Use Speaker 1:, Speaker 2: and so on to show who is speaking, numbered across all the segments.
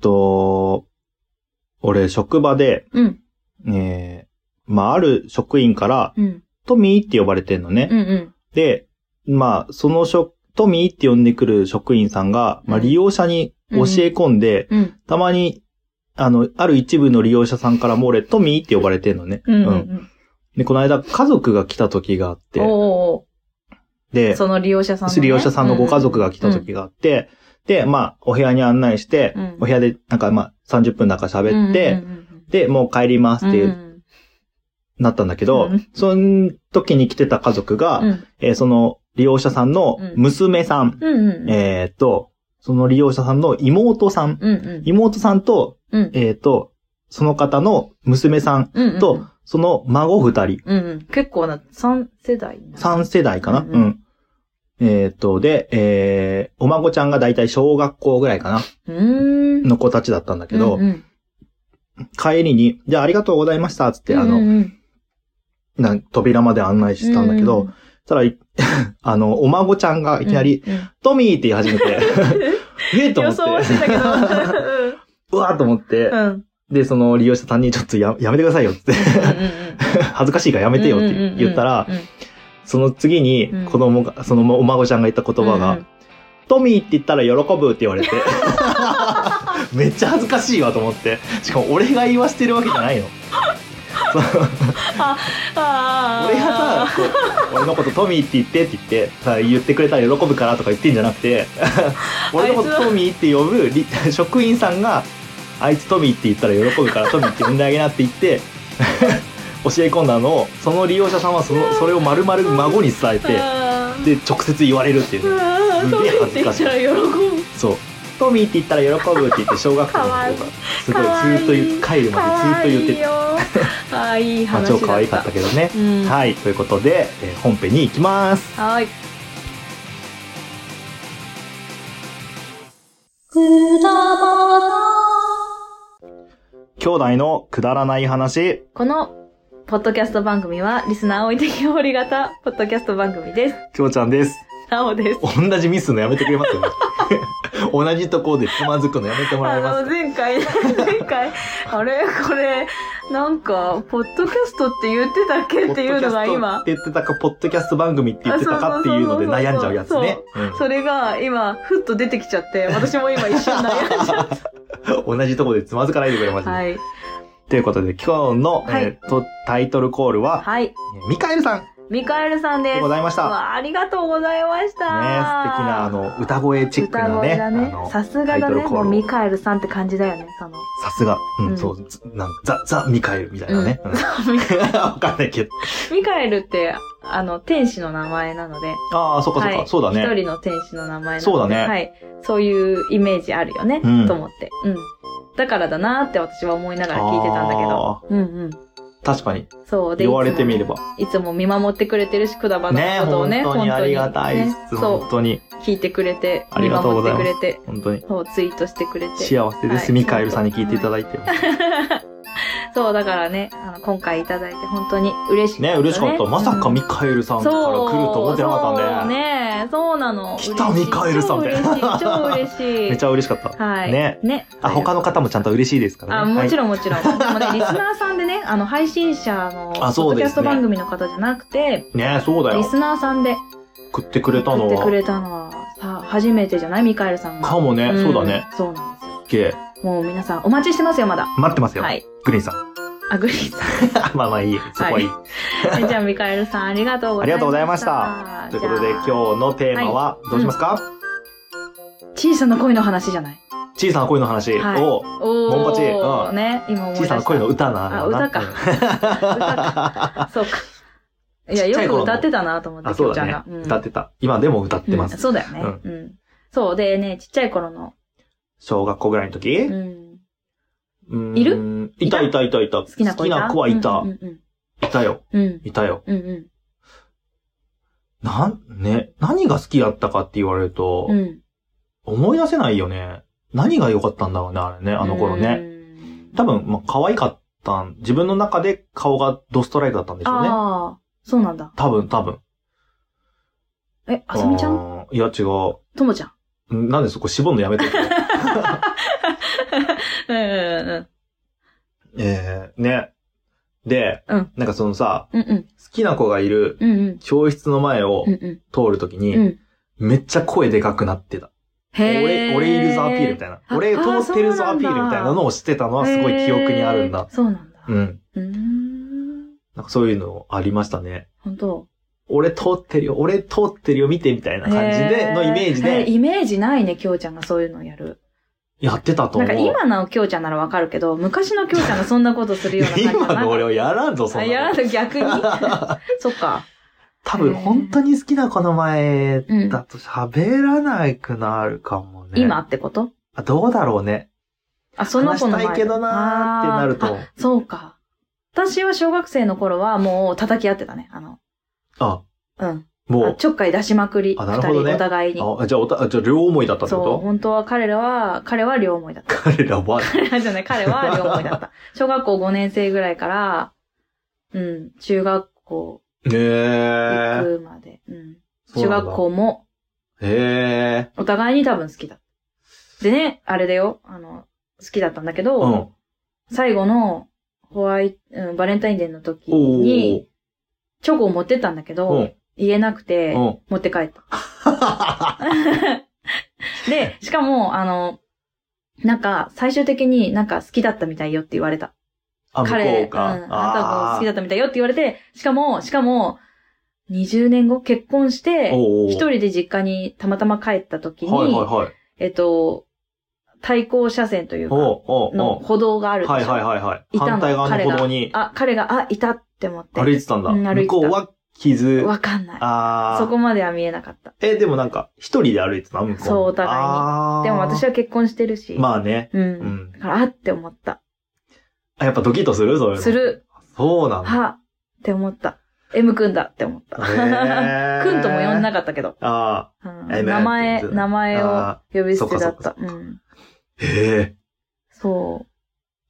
Speaker 1: と、俺、職場で、
Speaker 2: うん。
Speaker 1: えーまあ、ある職員から、
Speaker 2: うん。
Speaker 1: トミーって呼ばれてんのね。
Speaker 2: うんうん。
Speaker 1: で、まあ、その職、トミーって呼んでくる職員さんが、まあ、
Speaker 2: うん
Speaker 1: 利用者に教え込んで、
Speaker 2: うん。
Speaker 1: たまに、あの、ある一部の利用者さんからも俺、トミーって呼ばれてんのね。
Speaker 2: うんうんうん。
Speaker 1: で、この間、家族が来た時があって、
Speaker 2: お
Speaker 1: で
Speaker 2: ー。、その利用者さんの、ね。
Speaker 1: 利用者さんのご家族が来た時があって、で、まあ、お部屋に案内して、
Speaker 2: うん
Speaker 1: お部屋で、なんかまあ、30分なんか
Speaker 2: うん
Speaker 1: 喋って、
Speaker 2: うんうん
Speaker 1: で、もう帰ります
Speaker 2: うん、
Speaker 1: っていうう、
Speaker 2: ん
Speaker 1: なったんだけど、
Speaker 2: うん
Speaker 1: その時に来てた家族が、
Speaker 2: うん。
Speaker 1: えーその利用者さんの
Speaker 2: うん
Speaker 1: 娘さん、
Speaker 2: うんうん。
Speaker 1: えーっと、その利用者さんの妹さん、
Speaker 2: うんうん。
Speaker 1: 妹さんと、
Speaker 2: うん
Speaker 1: えーっと、その方の娘さん
Speaker 2: うんうん。
Speaker 1: と、その孫二人、
Speaker 2: うんうん。結構な、三世代な。
Speaker 1: 三世代かな、う
Speaker 2: うんんうん
Speaker 1: えーっと、で、えー、お孫ちゃんがだいたい小学校ぐらいかな、
Speaker 2: うーん。
Speaker 1: の子たちだったんだけど、
Speaker 2: うんうん、
Speaker 1: 帰りに、じゃあありがとうございました、つって、あ
Speaker 2: う
Speaker 1: の、
Speaker 2: んうん、
Speaker 1: なん扉まで案内したんだけど、
Speaker 2: うう
Speaker 1: ただ、い あの、お孫ちゃんが
Speaker 2: う
Speaker 1: い
Speaker 2: ん、
Speaker 1: きなり、
Speaker 2: うんうん
Speaker 1: トミーって言い始め て、ええと思
Speaker 2: 予
Speaker 1: っ
Speaker 2: 想はしてた
Speaker 1: て
Speaker 2: け、ど。
Speaker 1: うわーと思って
Speaker 2: う、ん。うん
Speaker 1: で、その利用者さんにちょっとや やめてくださいよって、恥ずかしいからやめてよって言ったら、、その次に
Speaker 2: うん
Speaker 1: 子供が、そのお孫ちゃんが言った言葉
Speaker 2: う
Speaker 1: が
Speaker 2: ん、
Speaker 1: トミーって言ったら喜ぶって言われて、 めっちゃ恥ずかしいわと思って、しかも俺が言わしてるわけじゃないの。
Speaker 2: あ
Speaker 1: 俺がさ、こう俺のことトミーって言ってって言って、さ言ってくれたら喜ぶからとか言ってんじゃなく て、俺のことトミーって呼ぶり 職員さんが、あいつトミーって言ったら喜ぶからトミーって呼んであげなって言って、 教え込んだのを、その利用者さんはそのそれを丸々孫に伝えて、で、直接言われるっていうね。
Speaker 2: トミーって言ったら喜ぶ。
Speaker 1: そう。トミーって言ったら喜ぶって言って、小学校の子が、すご
Speaker 2: かわい
Speaker 1: い
Speaker 2: い
Speaker 1: ずっと言う帰るまでずっと言ってて、
Speaker 2: かわいい
Speaker 1: まあ、
Speaker 2: 話だ
Speaker 1: 超
Speaker 2: った。
Speaker 1: 可愛かったけどね。
Speaker 2: うん。は
Speaker 1: はい、ということで、えー本編に行きます。
Speaker 2: ーい。
Speaker 1: 兄弟のくだらない話。
Speaker 2: この、ポッドキャスト番組は、リスナー置いてきぼり型、ポッドキャスト番組です。
Speaker 1: きょうちゃんです。
Speaker 2: なおです。
Speaker 1: 同じミスのやめてくれますよ ね。同じところでつまずくのやめてもらえま
Speaker 2: あの、
Speaker 1: す
Speaker 2: 前回、前回、あれこれ、なんか、ポッドキャストって言ってたっけ
Speaker 1: か
Speaker 2: っていうのが
Speaker 1: ポッド
Speaker 2: 今、
Speaker 1: キャストって言ってたか、ポッドキャスト番組って言ってたかっていうので
Speaker 2: あそうそうそうそう
Speaker 1: 悩んじゃうやつね。うん
Speaker 2: それが今、ふっと出てきちゃって、私も今一瞬悩 んじゃっ
Speaker 1: 同じところでつまずかないでくれま
Speaker 2: た。
Speaker 1: すね。
Speaker 2: はい。
Speaker 1: ということで、今日の、
Speaker 2: はい
Speaker 1: えーとタイトルコールは、
Speaker 2: はい。
Speaker 1: ミカエルさん
Speaker 2: ミカエルさんです。
Speaker 1: でございました。ね、
Speaker 2: わあありがとうございました。ね素
Speaker 1: 素敵な、あの、歌声チェック
Speaker 2: 歌
Speaker 1: な
Speaker 2: 声
Speaker 1: ね、あ
Speaker 2: だね。
Speaker 1: の、
Speaker 2: さすが
Speaker 1: タ
Speaker 2: だ
Speaker 1: イトル
Speaker 2: ね。
Speaker 1: コー
Speaker 2: もう
Speaker 1: ルを
Speaker 2: ミカエルさんって感じだよね。その。
Speaker 1: さすが、うん、
Speaker 2: うん
Speaker 1: そう、ずなんか、ザ、ザ、ミカエルみたいなね。うんわかん ないけど。
Speaker 2: ミカエルって、あの、天使の名前なので。
Speaker 1: ああ、そっかそっか、そうだね。
Speaker 2: 一人の天使の名前なので
Speaker 1: そうだね
Speaker 2: はい。そういうイメージあるよね、
Speaker 1: うん
Speaker 2: と思って。うん。だからだなって私は思いながら聞いてたんだけど。
Speaker 1: あ
Speaker 2: うんうん。
Speaker 1: ー確かに、
Speaker 2: そう。で、
Speaker 1: 言われてみ
Speaker 2: い
Speaker 1: れば。
Speaker 2: つもいつも見守ってくれてるし、くだばの
Speaker 1: ね
Speaker 2: ことをね、
Speaker 1: 本当にありがたいです。
Speaker 2: ね
Speaker 1: 本
Speaker 2: そ
Speaker 1: 当に、
Speaker 2: う。聞いてくれて、
Speaker 1: あり
Speaker 2: 見
Speaker 1: がとう
Speaker 2: 守
Speaker 1: ご
Speaker 2: っ
Speaker 1: ざい
Speaker 2: て
Speaker 1: ます
Speaker 2: くれ
Speaker 1: 本
Speaker 2: て、
Speaker 1: 当に。
Speaker 2: そう、ツイートしてくれて。
Speaker 1: 幸せです、
Speaker 2: はい
Speaker 1: ミカエルさんに聞いていただいて。
Speaker 2: そう、だからね、あの、今回いただいて本当に嬉しかった、
Speaker 1: ね、嬉しかった。まさかミカエルさんから来ると思ってなかった
Speaker 2: そう
Speaker 1: ね。
Speaker 2: ねそうなの。
Speaker 1: 来た
Speaker 2: 嬉しい
Speaker 1: ミカエルさんみたいな
Speaker 2: 超嬉しい。超嬉し い
Speaker 1: めちゃ嬉しかった。
Speaker 2: はい。
Speaker 1: ね。
Speaker 2: ね。
Speaker 1: あ、他の方もちゃんと嬉しいですから
Speaker 2: あ、
Speaker 1: ね。
Speaker 2: もち
Speaker 1: ん。
Speaker 2: ろんもちろん。でもね、リスナーさんでね、あの、配信者の、ポ
Speaker 1: あ
Speaker 2: ッ
Speaker 1: そう
Speaker 2: ドキ
Speaker 1: で
Speaker 2: ャ
Speaker 1: すね
Speaker 2: スト番組の方じゃなくて、
Speaker 1: ね、そうだ
Speaker 2: リ
Speaker 1: よ。
Speaker 2: スナーさんで
Speaker 1: 食ってくれた
Speaker 2: 送
Speaker 1: の
Speaker 2: ってく
Speaker 1: は。
Speaker 2: れたのは、さ、初めてじゃないミカエルさんが。
Speaker 1: かもね、
Speaker 2: ん
Speaker 1: そうだね。。
Speaker 2: そうなんですよ。
Speaker 1: オッケー
Speaker 2: もう皆さん、お待ちしてますよ、まだ。
Speaker 1: 待ってますよ
Speaker 2: は。い。
Speaker 1: グリーンさん。
Speaker 2: あ、グリーンさ
Speaker 1: まあまあいい。そこはいい。
Speaker 2: ん。じゃあ、ミカエルさん、ありがとうござ
Speaker 1: あ
Speaker 2: いました。
Speaker 1: りがとうございましたということで、今日のテーマは、どうしますか
Speaker 2: 日。小さな恋の話じゃない
Speaker 1: 小さな恋の話
Speaker 2: はい
Speaker 1: を、
Speaker 2: おー。
Speaker 1: モンパチうん
Speaker 2: ね、今思い出
Speaker 1: 小
Speaker 2: した。
Speaker 1: さな恋の歌な
Speaker 2: あ、
Speaker 1: のな
Speaker 2: 歌か。 歌か。そうか。いや、よく歌ってたなと思って、
Speaker 1: あ、そう
Speaker 2: き
Speaker 1: だ
Speaker 2: ょちゃ
Speaker 1: ね
Speaker 2: んが。うん。
Speaker 1: 歌ってた。今でも歌ってま
Speaker 2: うん
Speaker 1: す。
Speaker 2: そうだよね、うん。そう。でね、ちっちゃい頃の。
Speaker 1: 小学校ぐらいの時
Speaker 2: うん。
Speaker 1: い
Speaker 2: い
Speaker 1: るいたいたいたいた。好
Speaker 2: 好きな子いた
Speaker 1: はいた
Speaker 2: う。んうん
Speaker 1: いたよ。
Speaker 2: うん。うん
Speaker 1: いたよ。
Speaker 2: うんう
Speaker 1: なん、ね、何が好きだったかって言われると、
Speaker 2: ん。うん。
Speaker 1: 思い出せないよね。何が良かったんだろうね、あれね、あの頃ね。
Speaker 2: うん。
Speaker 1: 多分、まあ、可愛かったん、自分の中で顔がドストライクだったんでしょうね。
Speaker 2: ああ、そうなんだ。
Speaker 1: 多分、多分。
Speaker 2: え、あさみちゃん
Speaker 1: あーいや、違う。
Speaker 2: ともちゃん。
Speaker 1: んなんでそこ絞んのやめてええね。で、
Speaker 2: うん
Speaker 1: なんかそのさ、
Speaker 2: うんうん。
Speaker 1: 好きな子がいる
Speaker 2: うんうん。
Speaker 1: 教室の前を
Speaker 2: うんう
Speaker 1: 通るときに、
Speaker 2: ん。うん。
Speaker 1: めっちゃ声でかくなってた。俺、
Speaker 2: へー
Speaker 1: 俺いるぞアピールみたいな。
Speaker 2: あ
Speaker 1: 俺通ってるぞ
Speaker 2: あ
Speaker 1: ア
Speaker 2: そうなん
Speaker 1: ピ
Speaker 2: だ
Speaker 1: ールみたいなのをしてたのはすごい記憶にあるんだ
Speaker 2: へー。そうなんだ。
Speaker 1: うん。
Speaker 2: うーん。
Speaker 1: なんかそういうのありましたね。
Speaker 2: 本当。
Speaker 1: 俺通ってるよ、俺通ってるよ、見てみたいな感じ
Speaker 2: へ
Speaker 1: で、のイメージ
Speaker 2: へ
Speaker 1: で
Speaker 2: イメージないね、きょうちゃんがそういうのをやる。
Speaker 1: やってたと
Speaker 2: なん
Speaker 1: 思
Speaker 2: か
Speaker 1: う。
Speaker 2: 今のきょうちゃんならわかるけど、昔のきょうちゃんがそんなことするような感じはなか
Speaker 1: 今
Speaker 2: った
Speaker 1: の俺はやらんぞ、そ
Speaker 2: あ、
Speaker 1: ん
Speaker 2: や
Speaker 1: な
Speaker 2: ら
Speaker 1: の。
Speaker 2: ない逆に そっか。
Speaker 1: 多分本当に好きな子の前
Speaker 2: うん。
Speaker 1: だと喋らなくなるかもね。
Speaker 2: 今ってこと
Speaker 1: あどうだろうね。
Speaker 2: あ、その
Speaker 1: 話
Speaker 2: 子の
Speaker 1: した
Speaker 2: 前
Speaker 1: いけどなーってなる
Speaker 2: あー
Speaker 1: と。
Speaker 2: あそうか。私は小学生の頃はもう叩き合ってたね。あの、
Speaker 1: あ、
Speaker 2: うん。
Speaker 1: も
Speaker 2: あ
Speaker 1: う。
Speaker 2: ちょっかい出しまくり。
Speaker 1: あ
Speaker 2: 二
Speaker 1: なるほど
Speaker 2: 人
Speaker 1: ね
Speaker 2: お互いに。
Speaker 1: あ、じゃあおた、じゃあ両思いだったって
Speaker 2: そう、
Speaker 1: こと
Speaker 2: 本当は彼らは、彼は両思いだった。
Speaker 1: 彼らは、
Speaker 2: 彼 らじゃない、彼は両思い だった。小学校5年生ぐらいから、うん、中学校
Speaker 1: ね
Speaker 2: 行
Speaker 1: え。
Speaker 2: くまで。うん。
Speaker 1: そう
Speaker 2: 中
Speaker 1: なんだ
Speaker 2: 学。校も、
Speaker 1: へえ。
Speaker 2: お互いに多分好きだった。でね、あれだよ、あの、好きだったんだけど、
Speaker 1: うん。
Speaker 2: 最後のホワイ、うん、バレンタインデーの時
Speaker 1: お
Speaker 2: に、
Speaker 1: ー。
Speaker 2: チョコを持ってったんだけど、
Speaker 1: うん。
Speaker 2: 言えなくて、
Speaker 1: うん。
Speaker 2: 持って帰った。で、しかも、あの、なんか、最終的になんか好きだったみたいよって言われた。
Speaker 1: あ、向こうか。
Speaker 2: うん、あなたも好き
Speaker 1: だ
Speaker 2: だったみたいよって言われて、しかも、しかも、20年後結婚して、
Speaker 1: おー
Speaker 2: 一人で実家にたまたま帰った時に、
Speaker 1: はいはいはい。
Speaker 2: えっと、対向車線というか、
Speaker 1: おうおう
Speaker 2: の
Speaker 1: お
Speaker 2: 歩道があ
Speaker 1: う
Speaker 2: るでしょ
Speaker 1: はいはいはいはい。
Speaker 2: いたの
Speaker 1: 反対側の歩道に
Speaker 2: あ、彼が、あ、いたって思って。
Speaker 1: 歩いてたんだ。
Speaker 2: うん歩いて
Speaker 1: 向こ
Speaker 2: た
Speaker 1: うは傷。
Speaker 2: わかんない。
Speaker 1: あ
Speaker 2: そ
Speaker 1: あ。
Speaker 2: こまでは見えなかった。
Speaker 1: え、でもなんか、一人で歩いてた向こう。
Speaker 2: そうお互いに
Speaker 1: あー
Speaker 2: でも私は結婚してるし。
Speaker 1: まあね。
Speaker 2: う。
Speaker 1: うんん
Speaker 2: だ。から、あって思った。
Speaker 1: あやっぱドキッとするそういうの
Speaker 2: す。る。
Speaker 1: そうなんだ。
Speaker 2: は、って思った。M くんだって思った。
Speaker 1: へー
Speaker 2: くんとも呼んでなかったけど。
Speaker 1: あ
Speaker 2: うん、
Speaker 1: M
Speaker 2: 名前、
Speaker 1: うん
Speaker 2: 名前を
Speaker 1: あ
Speaker 2: 呼び捨てだっ
Speaker 1: そ
Speaker 2: た
Speaker 1: っ。かそっかそっか
Speaker 2: う
Speaker 1: あ。
Speaker 2: ん。
Speaker 1: へえ。
Speaker 2: そ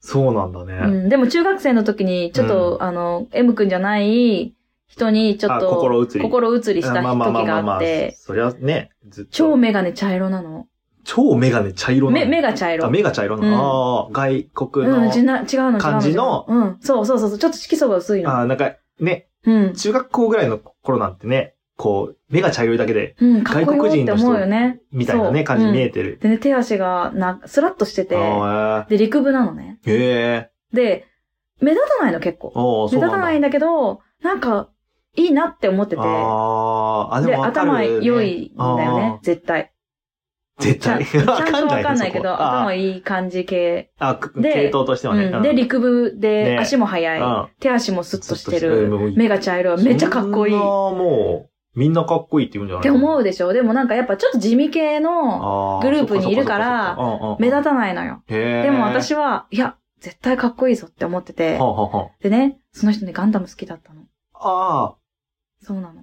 Speaker 1: そうなんだ
Speaker 2: う。う
Speaker 1: ね。
Speaker 2: ん。でも中学生の時に、ちょっと、あの、M くんじゃない人に、ちょっ
Speaker 1: あ
Speaker 2: と、
Speaker 1: 心移り。
Speaker 2: 心移りした
Speaker 1: あまあまあま
Speaker 2: 時
Speaker 1: あまあ
Speaker 2: が
Speaker 1: ま
Speaker 2: あ
Speaker 1: あ
Speaker 2: って、
Speaker 1: そりゃね、ずっと。
Speaker 2: 超メガネ茶色なの。
Speaker 1: 超メガネ茶色な
Speaker 2: 目、
Speaker 1: の。
Speaker 2: 目が茶色。
Speaker 1: あ、目が茶色な
Speaker 2: うん
Speaker 1: の。ああ、外国の。
Speaker 2: うん、じな違うの違うの。
Speaker 1: 感じの
Speaker 2: 違ううん、そうそうそうそう。ちょっと色素が薄い
Speaker 1: あ
Speaker 2: の。
Speaker 1: あ、なんか、ね、
Speaker 2: うん。
Speaker 1: 中学校ぐらいの頃なんてね、こう、目が茶色いだけで、
Speaker 2: うん、かっこいいって思うよね。
Speaker 1: みたいなね、
Speaker 2: そう
Speaker 1: 感じに見え
Speaker 2: うん
Speaker 1: てる。
Speaker 2: でね、手足がな、スラッとしてて、
Speaker 1: ああ、
Speaker 2: で、陸部なのね。
Speaker 1: へえ。
Speaker 2: で、目立たないの結構。
Speaker 1: おお、そ
Speaker 2: 目
Speaker 1: う
Speaker 2: 立たないん
Speaker 1: だ。
Speaker 2: だけど、なんか、いいなって思ってて。
Speaker 1: ああ、あ、で
Speaker 2: で、
Speaker 1: もわかる、
Speaker 2: 頭
Speaker 1: ね。
Speaker 2: 良いんだよね
Speaker 1: あ、
Speaker 2: 絶対。
Speaker 1: ー。絶 対。
Speaker 2: ちゃんちゃんとわかんないけど、
Speaker 1: そこあ
Speaker 2: 頭
Speaker 1: ー
Speaker 2: いい感じ系。
Speaker 1: あ、く
Speaker 2: で
Speaker 1: 系統としてはね。
Speaker 2: うん。で、陸部で
Speaker 1: ね
Speaker 2: 足も速い、
Speaker 1: うん
Speaker 2: 手足もスッとして
Speaker 1: スッとしてるもう
Speaker 2: る。目が茶色い。めっちゃかっこいい。
Speaker 1: そんな、もう、みんなかっこいいって言うんじゃない
Speaker 2: って思うでしょでもなんかやっぱちょっと地味系
Speaker 1: あ
Speaker 2: の
Speaker 1: ー
Speaker 2: グループにいるから、目立
Speaker 1: た。
Speaker 2: たないのよ。
Speaker 1: で
Speaker 2: でも私は、いや、絶対かっこいいぞって思ってて
Speaker 1: は、あ、はあは
Speaker 2: でね、その人ね、ガンダム好きだったの。
Speaker 1: あ、あ
Speaker 2: そうなの。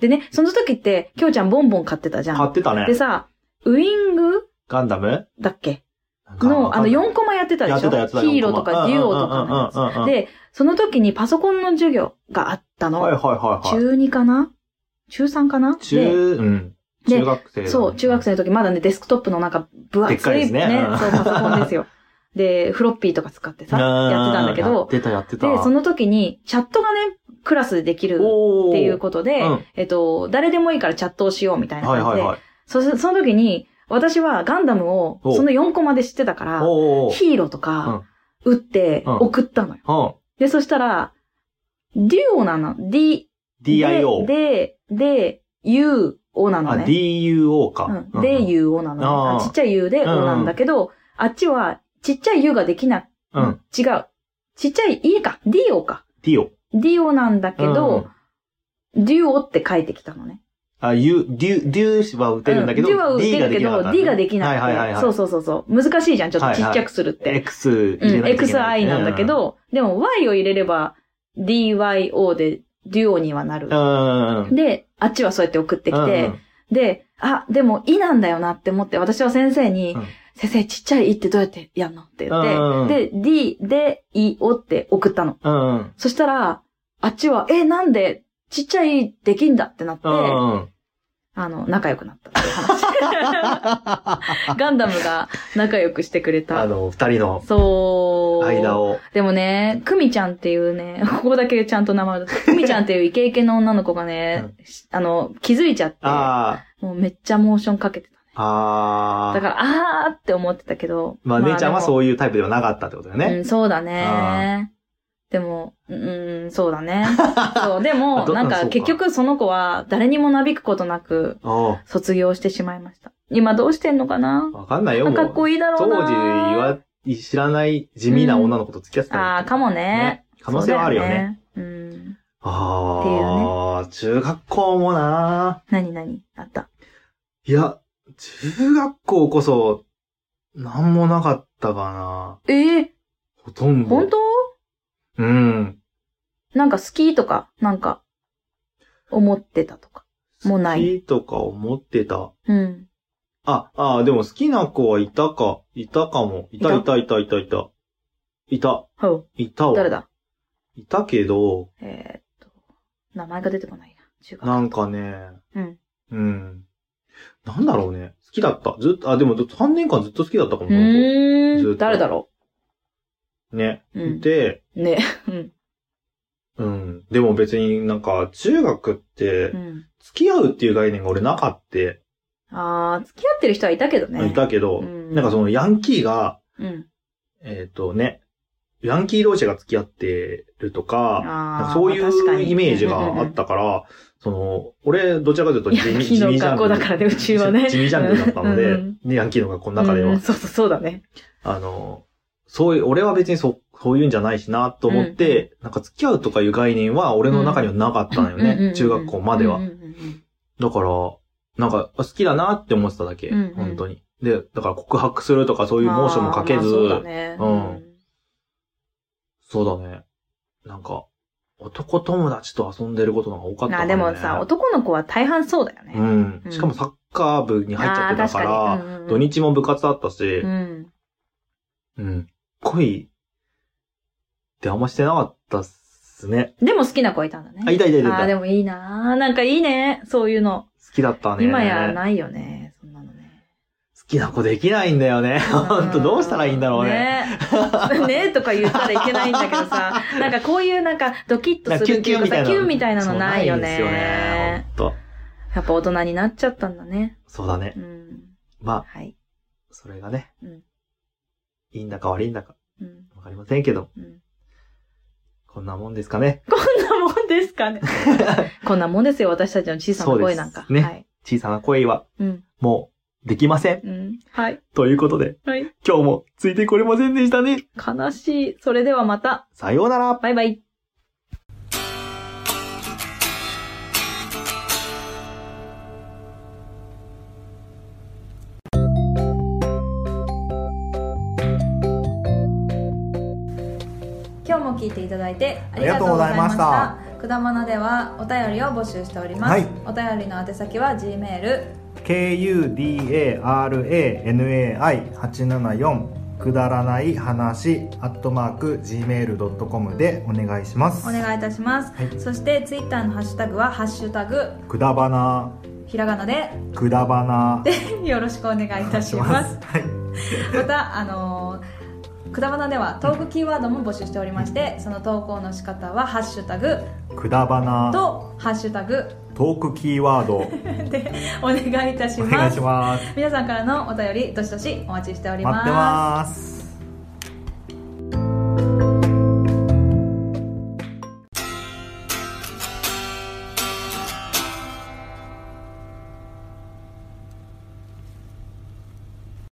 Speaker 2: でね、その時って、きょうちゃんボンボン買ってたじ
Speaker 1: あ、
Speaker 2: ゃ
Speaker 1: 買
Speaker 2: ん。
Speaker 1: ってたね
Speaker 2: で。さ、ウィング
Speaker 1: ガンダム
Speaker 2: だっけ
Speaker 1: なんか
Speaker 2: の、あの、4コマやってたで
Speaker 1: やっ
Speaker 2: し
Speaker 1: て
Speaker 2: ょ
Speaker 1: たやってた
Speaker 2: ヒーローとかデュオとかのや
Speaker 1: の
Speaker 2: つ。で、その時にパソコンの授業があったの。
Speaker 1: はいはいはいはい。
Speaker 2: 中2かな中3かなで
Speaker 1: 中、うん。
Speaker 2: で
Speaker 1: 中学生だね。
Speaker 2: そう、中学生の時まだね、デスクトップのなんか、分厚い。
Speaker 1: でっかいですねうん
Speaker 2: そう、パソコンで すよ。で、フロッピーとか使ってさ、やってたんだけ
Speaker 1: やっ
Speaker 2: ど、
Speaker 1: てたやってた。
Speaker 2: で、その時に、チャットがね、クラスでできるっ
Speaker 1: おー、
Speaker 2: ていうことで、
Speaker 1: うん
Speaker 2: えっと、誰でもいいからチャットをしようみたいな
Speaker 1: はい
Speaker 2: 感
Speaker 1: は
Speaker 2: じ
Speaker 1: い
Speaker 2: で、
Speaker 1: はい。
Speaker 2: そその時に、私はガンダムを、
Speaker 1: お
Speaker 2: その4コマで知ってたから、
Speaker 1: おー
Speaker 2: ヒーローとか、打って、
Speaker 1: うん
Speaker 2: 送ったのよ。
Speaker 1: うん。
Speaker 2: で、そしたら、デュオなの。D、
Speaker 1: DIO。
Speaker 2: で、で、で、U、O なの
Speaker 1: あ、
Speaker 2: ね。
Speaker 1: DUO か。
Speaker 2: うん、で、
Speaker 1: う
Speaker 2: U をなのね、
Speaker 1: あ
Speaker 2: あ
Speaker 1: あ
Speaker 2: ちっちゃい U で
Speaker 1: う
Speaker 2: O
Speaker 1: んうん
Speaker 2: なんだけど、あっちは、ちっちゃい U ができな、
Speaker 1: ん。うん。
Speaker 2: 違う。ちっちゃい E か、DO か。
Speaker 1: DIO。
Speaker 2: DO なんだけ
Speaker 1: うん
Speaker 2: ど、、DO って書いてきたのね。
Speaker 1: あ、U、DU、DU は打てるんだけど、
Speaker 2: う DO は打て
Speaker 1: D
Speaker 2: るけど、D ができなくて、
Speaker 1: はいはいはい。
Speaker 2: そうそうそうそう。難しいじゃん、ちょっ
Speaker 1: は
Speaker 2: と
Speaker 1: い
Speaker 2: ち
Speaker 1: はい
Speaker 2: っちゃくするって。
Speaker 1: X 入れ
Speaker 2: うん、
Speaker 1: ないといけない
Speaker 2: XI なんだけ、ど、でも Y を入れれば DYO で DO にはなる
Speaker 1: う。ん。うん。
Speaker 2: で、あっちはそうやって送ってきて、
Speaker 1: うん
Speaker 2: で、あ、でも、いなんだよなって思って、私は先生に、
Speaker 1: うん
Speaker 2: 先生、ちっちゃいいってどうやってやんのって言って、
Speaker 1: うんうんうん
Speaker 2: で、D で、いをって送ったの。
Speaker 1: うん。うん
Speaker 2: そしたら、あっちは、え、なんで、ちっちゃいできんだってなって、
Speaker 1: うん。うん。
Speaker 2: あの、仲良くなったっていう話。 ガンダムが仲良くしてくれ
Speaker 1: あ
Speaker 2: た。
Speaker 1: の、二人の
Speaker 2: そう。
Speaker 1: 間を。
Speaker 2: でもね、クミちゃんっていうね、 ここだけちゃんと名前を出す。クミちゃんっていうイケイケの女の子がね、しあの、気づいちゃって、
Speaker 1: あ
Speaker 2: もうめっちゃモーションかけてた。
Speaker 1: あ、あ
Speaker 2: だ
Speaker 1: あ。
Speaker 2: から、あーって思ってたけど。
Speaker 1: まあ、姉ちゃんは
Speaker 2: う
Speaker 1: そういうタイプではなかったってことだよ
Speaker 2: う
Speaker 1: ね。
Speaker 2: ん、そうだ
Speaker 1: あ
Speaker 2: ね。でも、うん、そう だね。そう、でも、
Speaker 1: ど
Speaker 2: なん
Speaker 1: あそ
Speaker 2: か
Speaker 1: うか
Speaker 2: 結局その子は誰にもなびくことなく
Speaker 1: おう
Speaker 2: 卒業してしまいました。今どうしてんのかな
Speaker 1: わかんないよ、
Speaker 2: あ
Speaker 1: もう。
Speaker 2: かっこいいだろ
Speaker 1: 当
Speaker 2: うな。
Speaker 1: 時言わ、知らない地味な女の子と付き合ってた、
Speaker 2: ああ、かもね。
Speaker 1: 可能性はあるよね。
Speaker 2: そうだよね。うん。
Speaker 1: ああ、中学校もな
Speaker 2: 何何あった。
Speaker 1: いや、中学校こそ、なんもなかったかな
Speaker 2: ええ
Speaker 1: ほとんど。
Speaker 2: 本当
Speaker 1: うん。
Speaker 2: なんか好きとか、なんか、思ってたとか。もうな
Speaker 1: 好
Speaker 2: い
Speaker 1: きとか思ってた。
Speaker 2: うん。
Speaker 1: あ、ああ、でも好きな子はいたか。いたかも。いた、
Speaker 2: い
Speaker 1: いた、いた、いた、いた。いた、
Speaker 2: はい
Speaker 1: たわ。
Speaker 2: 誰だ
Speaker 1: いたけど、
Speaker 2: えーっと、名前が出てこないな。中学。
Speaker 1: なんかね、
Speaker 2: うん。
Speaker 1: うん。なんだろうね。好きだった。ずっと、あ、でも3年間ずっと好きだったかも。
Speaker 2: う
Speaker 1: ずっ
Speaker 2: ー
Speaker 1: と
Speaker 2: ん。誰だろ
Speaker 1: ね。
Speaker 2: ううん。
Speaker 1: で、
Speaker 2: ね。うん。
Speaker 1: うん。でも別になんか、中学って
Speaker 2: う、ん。
Speaker 1: 付き合うっていう概念が俺なかって、
Speaker 2: あー、付き合ってる人はいたけどね。
Speaker 1: いたけど、
Speaker 2: うん
Speaker 1: なんかそのヤンキーが、
Speaker 2: うん。
Speaker 1: えっ、とね、ヤンキー同士が付き合ってるとか、なん
Speaker 2: あ
Speaker 1: か
Speaker 2: ー
Speaker 1: そうい
Speaker 2: まあ確か
Speaker 1: う
Speaker 2: に
Speaker 1: イメージがあったから、その、俺、どちらかというと地
Speaker 2: ヤン
Speaker 1: 味
Speaker 2: キー
Speaker 1: 地
Speaker 2: の
Speaker 1: 味ジャン
Speaker 2: 学
Speaker 1: ル
Speaker 2: 校だからね、うちはね。
Speaker 1: 地味ジャンルだったので、
Speaker 2: うん
Speaker 1: ねヤンキーの学校の中では、
Speaker 2: うんそうそう、そうだね。
Speaker 1: あの、そういう、俺は別にそ、そういうんじゃないしなと思って、なんか付き合うとかいう概念は俺の中にはなかったのよね。
Speaker 2: うんうんうん
Speaker 1: 中学校までは。
Speaker 2: うんうんうん
Speaker 1: だから、なんか好きだなって思ってただけ、
Speaker 2: うんうん
Speaker 1: 本当に。で、だから告白するとかそういうモーションもかけず、
Speaker 2: あーまあそうだね。
Speaker 1: うんそうだね。なんか、男友達と遊んでることの方が多かった
Speaker 2: な
Speaker 1: から
Speaker 2: あ、
Speaker 1: ね。
Speaker 2: でもさ、男の子は大半そうだよね。
Speaker 1: うん
Speaker 2: う。ん
Speaker 1: しかもサッカー部に入っちゃってたから、
Speaker 2: あー確かにうんうん
Speaker 1: 土日も部活あったし、
Speaker 2: うん。
Speaker 1: うん。恋ってあんましてなかったっすね。
Speaker 2: でも好きな子はいたんだね。
Speaker 1: あ、いたいたいたい
Speaker 2: あー
Speaker 1: た。
Speaker 2: で
Speaker 1: 好
Speaker 2: もいいなーなんかいいね。そういうの。
Speaker 1: きだったね。
Speaker 2: 今やないよね。そんなのね。
Speaker 1: 好きな子できないんだよね。ほんと、どうしたらいいんだろうね。
Speaker 2: ね。ね とか言ったらいけないんだけどさ、 なんかこういうなんかドキッとするっていうかさ、キュンみたいなのないよ
Speaker 1: そうないんですよね
Speaker 2: ね。。
Speaker 1: ほんと。
Speaker 2: やっぱ大人になっちゃったんだね。
Speaker 1: そうだね。
Speaker 2: うん。
Speaker 1: まあ、
Speaker 2: はい。
Speaker 1: それがね
Speaker 2: うん。
Speaker 1: いいんだか悪いんだか、
Speaker 2: うん。
Speaker 1: わかりませんけど、
Speaker 2: うん。
Speaker 1: こんなもんですかね。
Speaker 2: こんなもんですかね。 こんなもんですよ、私たちの小さな声なんか。
Speaker 1: そうですね
Speaker 2: はい。
Speaker 1: 小さな恋は、
Speaker 2: うん。
Speaker 1: もう、できません。
Speaker 2: うん。はい。
Speaker 1: ということで、
Speaker 2: はい。
Speaker 1: 今日もついてこれませんでしたね。
Speaker 2: 悲しい。それではまた。
Speaker 1: さようなら。
Speaker 2: バイバイ。今日も聞いていただいてありがとうございました。
Speaker 1: あ
Speaker 2: くだまなではお便りを募集しております。
Speaker 1: はい
Speaker 2: お便りの宛先は G メール
Speaker 3: kudaranai874 くだらない話アットマーク gmail.com でお願いします
Speaker 2: お願いいたします。
Speaker 3: はい
Speaker 2: そしてツイッターのハッシュタグはハッシュタグ
Speaker 3: くだばな
Speaker 2: ひらがなで
Speaker 3: くだばな
Speaker 2: よろしくお願いいたします。
Speaker 3: はい
Speaker 2: またあのーくだばなではトークキーワードも募集しておりましてその投稿の仕方は「ハッシュタグ
Speaker 3: くだば」な
Speaker 2: と「ハッシュタグ
Speaker 3: トークキーワード」
Speaker 2: でお願いいたし
Speaker 3: お
Speaker 2: ま
Speaker 3: 願い
Speaker 2: す
Speaker 3: し ます
Speaker 2: 皆さんからのお便りどしどしお待ちしており
Speaker 3: 待ってます